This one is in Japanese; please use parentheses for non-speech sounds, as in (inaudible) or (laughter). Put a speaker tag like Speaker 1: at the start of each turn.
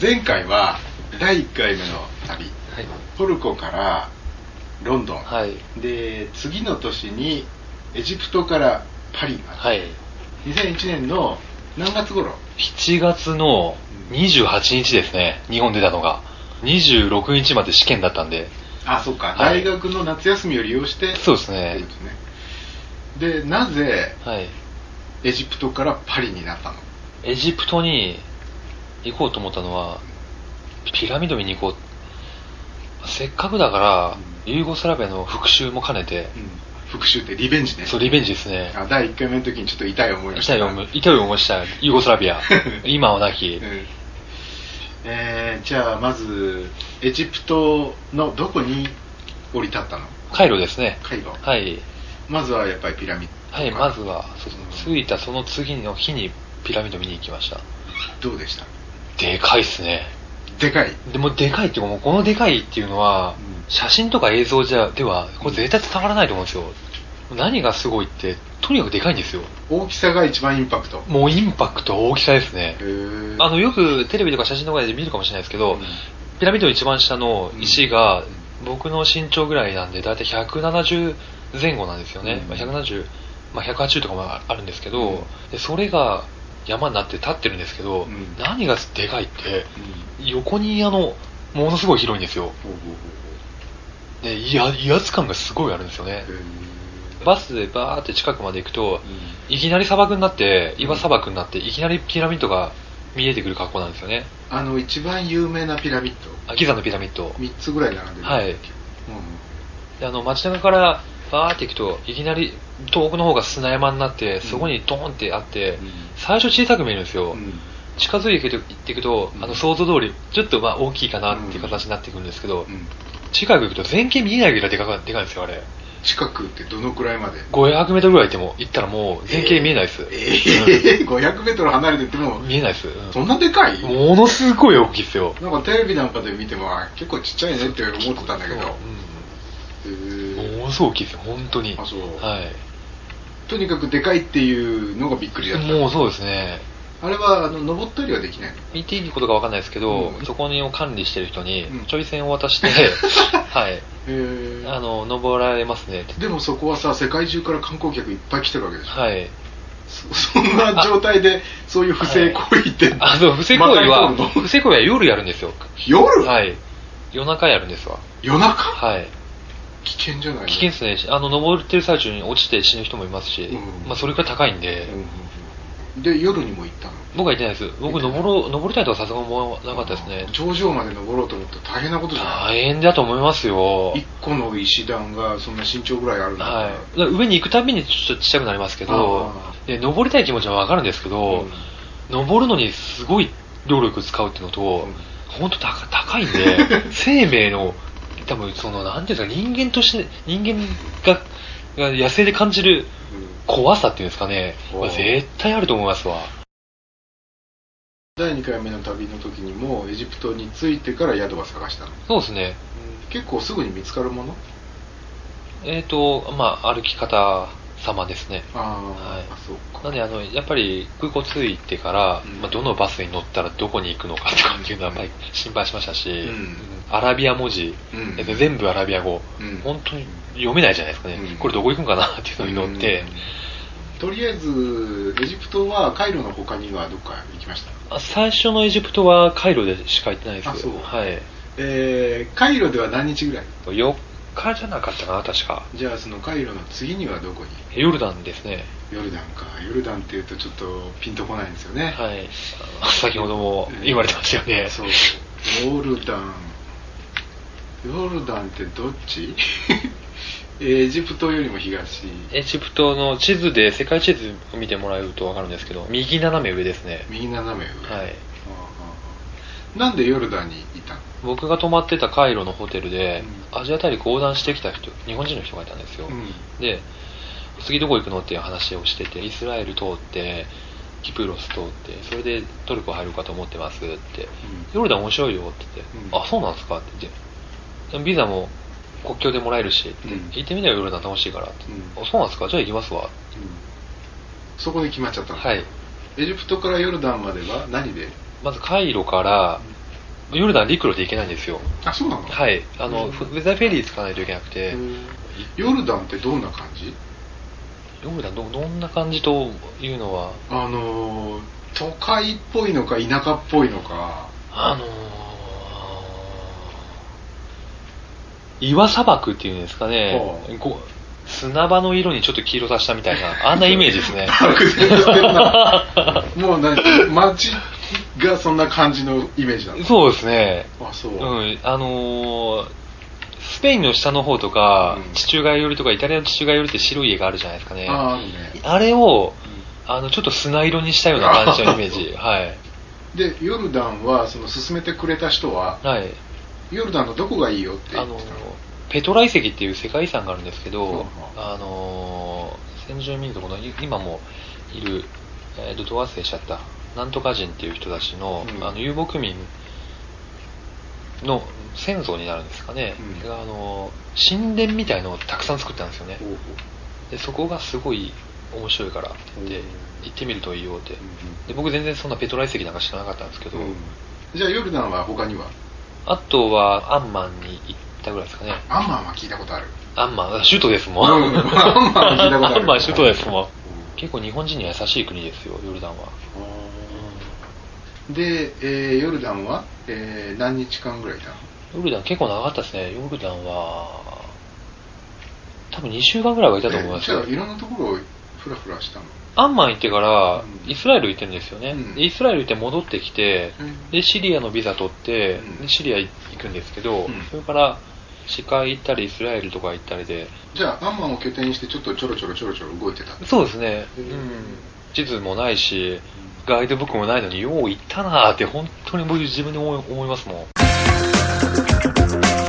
Speaker 1: 前回は第1回目の旅
Speaker 2: はい
Speaker 1: トルコからロンドン、
Speaker 2: はい
Speaker 1: で次の年にエジプトからパリまで、
Speaker 2: はい
Speaker 1: 2001年の何月頃
Speaker 2: 7月の28日ですね日本出たのが26日まで試験だったんで
Speaker 1: あそうか、
Speaker 2: は
Speaker 1: 大
Speaker 2: い
Speaker 1: 学の夏休みを利用して
Speaker 2: そうです
Speaker 1: って
Speaker 2: ね
Speaker 1: ことねでなぜ
Speaker 2: はい
Speaker 1: エジプトからパリになったの
Speaker 2: エジプトに行こうと思ったのはピラミッド見に行こうせっかくだからユーゴスラビアの復讐も兼ねて
Speaker 1: 復讐ってリベンジね
Speaker 2: そうリベンジですね
Speaker 1: あ第1回目の時にちょっと痛い思いをした
Speaker 2: 痛い思い痛い思いしたユーゴスラ
Speaker 1: (laughs)
Speaker 2: ビア今はな
Speaker 1: う
Speaker 2: き
Speaker 1: んえーじゃあまずエジプトのどこに降り立ったの
Speaker 2: カイロですね
Speaker 1: カイロ
Speaker 2: はい
Speaker 1: まずはやっぱりピラミッド
Speaker 2: はいまずはそうそ
Speaker 1: う
Speaker 2: う
Speaker 1: ん
Speaker 2: 着いたその次の日にピラミッド見に行きました
Speaker 1: どうでした
Speaker 2: でかいっすね
Speaker 1: でかい、
Speaker 2: でもでかいっていうかもうこのでかいっていうのは写真とか映像じゃではこれ絶対伝わらないと思うんですよ何がすごいってとにかくでかいんですよ
Speaker 1: 大きさが一番インパクトへ
Speaker 2: もうインパクト大きさですね
Speaker 1: え
Speaker 2: あのよくテレビとか写真とかで見るかもしれないですけどピラミッドの一番下の石が僕の身長ぐらいなんで大体170前後なんですよね、
Speaker 1: うん
Speaker 2: まあ170、まあ、180とかもあるんですけど、
Speaker 1: うん
Speaker 2: でそれが山になって立ってるんですけど、
Speaker 1: うん
Speaker 2: 何がでかいって横にあのものすごい広いんですよ
Speaker 1: ほうほうほう
Speaker 2: で威圧威圧感がすごいあるんですよね
Speaker 1: ほうへえ
Speaker 2: バスでバーって近くまで行くといきなり砂漠になって岩砂漠になっていきなりピラミッドが見えてくる格好なんですよね
Speaker 1: あの一番有名なピラミッ
Speaker 2: あギザのピラミッド
Speaker 1: ド3つぐらい並んでる
Speaker 2: はい
Speaker 1: うん
Speaker 2: であの街中からバーって行くといきなり遠くの方が砂山になってそこにドーンってあって、最初小さく見えるんですよ、
Speaker 1: うん
Speaker 2: 近づいていくと行っていくと、
Speaker 1: うん
Speaker 2: あの想像通りちょっとまあ大きいかなっていう形になってくるんですけど、
Speaker 1: うん
Speaker 2: 近く行くと全景見えないぐらいでかかでかいんですよあれ
Speaker 1: 近くってどのくらいまで
Speaker 2: 500メートルぐらい行っても行ったらもう全景見えないです、
Speaker 1: (laughs) ええ 500m 離れてても
Speaker 2: 見えないです、
Speaker 1: そんなでかい
Speaker 2: ものすごい大きいですよ
Speaker 1: なんかテレビなんかで見てもあ結構ちっちゃいねって思ってたんだけどへ
Speaker 2: うんも
Speaker 1: え
Speaker 2: のすごい大きいですよ本当に
Speaker 1: あそう
Speaker 2: はい
Speaker 1: とにかくでかいっていうのがびっくりだった
Speaker 2: もうそうですね
Speaker 1: あれはあの登ったりはできないの
Speaker 2: 言っていいことかわかんないですけど、
Speaker 1: うん
Speaker 2: そこを管理してる人に
Speaker 1: うん
Speaker 2: ちょい線を渡
Speaker 1: (laughs)
Speaker 2: して、はい
Speaker 1: へ
Speaker 2: あの登られますねって
Speaker 1: でもそこはさ世界中から観光客いっぱい来てるわけでしょ、
Speaker 2: はい
Speaker 1: そそんな状態でそういう不正行為って、
Speaker 2: あそう不正行為は
Speaker 1: また行こう
Speaker 2: 不正行為は夜やるんですよ
Speaker 1: 夜、
Speaker 2: はい夜中やるんですわ
Speaker 1: 夜中
Speaker 2: はい
Speaker 1: 危険じゃないの
Speaker 2: 危険ですねあの登ってる最中に落ちて死ぬ人もいますし、
Speaker 1: うん
Speaker 2: まあ、それくらい高いんで、
Speaker 1: うんうんうんで夜にも行ったの
Speaker 2: 僕は行ってないです僕登ろう登りたいとかさすがに思わなかったですね
Speaker 1: 頂上まで登ろうと思ったら大変なことじゃない
Speaker 2: 大変だと思いますよ
Speaker 1: 一個の石段がそんな身長ぐらいあるんだから、
Speaker 2: はい、だから上に行くたびにちょっとちっちゃくなりますけど
Speaker 1: あ
Speaker 2: で登りたい気持ちはわかるんですけ
Speaker 1: ー
Speaker 2: ど、
Speaker 1: うん
Speaker 2: 登るのにすごい労力使うっていうのと、本当高高い
Speaker 1: (laughs)
Speaker 2: んで生命の多分そのなんていうんですか人間として人間がが野生で感じる怖さっていうんですかね
Speaker 1: おー
Speaker 2: 絶対あると思いますわ
Speaker 1: 第2回目の旅の時にもエジプトに着いてから宿は探したの、
Speaker 2: そうですね
Speaker 1: 結構すぐに見つかるもの
Speaker 2: えっ、とまあ歩き方様ですね
Speaker 1: あ、
Speaker 2: はい
Speaker 1: あそうか
Speaker 2: なんであのやっぱり空港着いてから、
Speaker 1: うん
Speaker 2: まあ、どのバスに乗ったらどこに行くのかとかっていうのはやっぱり心配しましたし、
Speaker 1: うん
Speaker 2: アラビア文字、
Speaker 1: うん
Speaker 2: で全部アラビア語、
Speaker 1: うん
Speaker 2: 本当に読めないじゃないですかね、
Speaker 1: うん
Speaker 2: これどこ行くんかなっていうのに乗って、
Speaker 1: うんとりあえずエジプトはカイロの他にはどっか行きました
Speaker 2: あ最初のエジプトはカイロでしか行ってないです
Speaker 1: あそう
Speaker 2: はい、
Speaker 1: えー、カイロでは何日ぐらい
Speaker 2: 4日じゃなかったかな確か
Speaker 1: じゃあそのカイロの次にはどこに
Speaker 2: ヨルダンですね
Speaker 1: ヨルダンかヨルダンっていうとちょっとピンとこないんですよね
Speaker 2: はいあの先ほども言われてましたよね、
Speaker 1: そうヨルダンヨルダンってどっち (laughs) エジプトよりも東
Speaker 2: エジプトの地図で世界地図を見てもらうと分かるんですけど右斜め上ですね
Speaker 1: 右斜め上
Speaker 2: はい
Speaker 1: ああなんでヨルダンにいたの
Speaker 2: 僕が泊まってたカイロのホテルで、アジア大陸横断してきた人日本人の人がいたんですよ、で次どこ行くのっていう話をしててイスラエル通ってキプロス通ってそれでトルコ入るかと思ってますってヨルダン面白いよって言って、
Speaker 1: うん
Speaker 2: あそうなんですかって言ってでもビザも国境でもらえるしって、
Speaker 1: うん
Speaker 2: 行ってみなよヨルダン楽しいからって、
Speaker 1: うん
Speaker 2: あそうなんですかじゃあ行きますわ、
Speaker 1: そこで決まっちゃったの、
Speaker 2: はい
Speaker 1: エジプトからヨルダンまでは何で
Speaker 2: まずカイロからヨルダン陸路で行けないんですよ。
Speaker 1: あそうなのい
Speaker 2: はい。あの、
Speaker 1: うん
Speaker 2: ふウェザーフェリー使わないといけなくて、
Speaker 1: ヨルダンってどんな感じ
Speaker 2: ヨルダンど、どんな感じというのは、
Speaker 1: あのー都会っぽいのか田舎っぽいのか
Speaker 2: あのー、岩砂漠っていうんですかね
Speaker 1: ほ、
Speaker 2: こう砂場の色にちょっと黄色さしたみたいな、あんなイメージです
Speaker 1: (laughs)
Speaker 2: ね。
Speaker 1: 漠然としてるなもうなんか街がそんな感じのイメージなの
Speaker 2: そうですね。
Speaker 1: あそう、
Speaker 2: うん、あのー、スペインの下の方とか、
Speaker 1: うん
Speaker 2: 地中海寄りとか、イタリアの地中海寄りって白い家があるじゃないですかね。
Speaker 1: ああるね
Speaker 2: あれを、あの、ちょっと砂色にしたような感じのイメー
Speaker 1: (laughs)
Speaker 2: ジ。はい。
Speaker 1: でヨルダンはその勧めてくれた人は
Speaker 2: はい。
Speaker 1: ヨルダンのどこがいいよって言
Speaker 2: あ
Speaker 1: って
Speaker 2: の
Speaker 1: たの
Speaker 2: ペトラ遺跡っていう世界遺産があるんですけ
Speaker 1: うんうん
Speaker 2: ど、あの先住民族のい今もいる、えー、とド忘れしちゃったなんとか人っていう人たちの,、
Speaker 1: うん
Speaker 2: あの遊牧民の先祖になるんですかね、
Speaker 1: うん
Speaker 2: があの神殿みたいのをたくさん作ったんですよね
Speaker 1: ほうほう
Speaker 2: でそこがすごい面白いからって言って
Speaker 1: うん
Speaker 2: 行ってみるといいよって
Speaker 1: う
Speaker 2: で僕全然そんなペトラ遺跡なんか知らなかったんですけど、
Speaker 1: んうんじゃあヨルダンは他には
Speaker 2: あとはアンマンに行ったぐらいですかね
Speaker 1: アンマンは聞いたことある
Speaker 2: アンマン首都ですもん、
Speaker 1: うんアンマンは聞いたことある
Speaker 2: アンマン首都ですもん
Speaker 1: うん
Speaker 2: 結構日本人には優しい国ですよヨルダンは
Speaker 1: で、えーヨルダンは、えー何日間ぐらいいたの
Speaker 2: ヨルダン結構長かったですねヨルダンは多分2週間ぐらいはいたと思います
Speaker 1: え
Speaker 2: よ
Speaker 1: ーじゃあいろんなところをフラフラしたの、
Speaker 2: アンマン行ってから
Speaker 1: うん
Speaker 2: イスラエル行ってるんですよね、
Speaker 1: うん
Speaker 2: でイスラエル行って戻ってきてでシリアのビザ取って
Speaker 1: うん
Speaker 2: でシリア行くんですけど、
Speaker 1: うん
Speaker 2: それから司会行ったりイスラエルとか行ったりで
Speaker 1: じゃあアンマンを拠点にしてちょっとちょろちょろちょろちょろ動いてた
Speaker 2: そうですね、
Speaker 1: うん
Speaker 2: 地図もないしガイドブックもないのによう行ったなーって本当に僕自分で思い思いますもん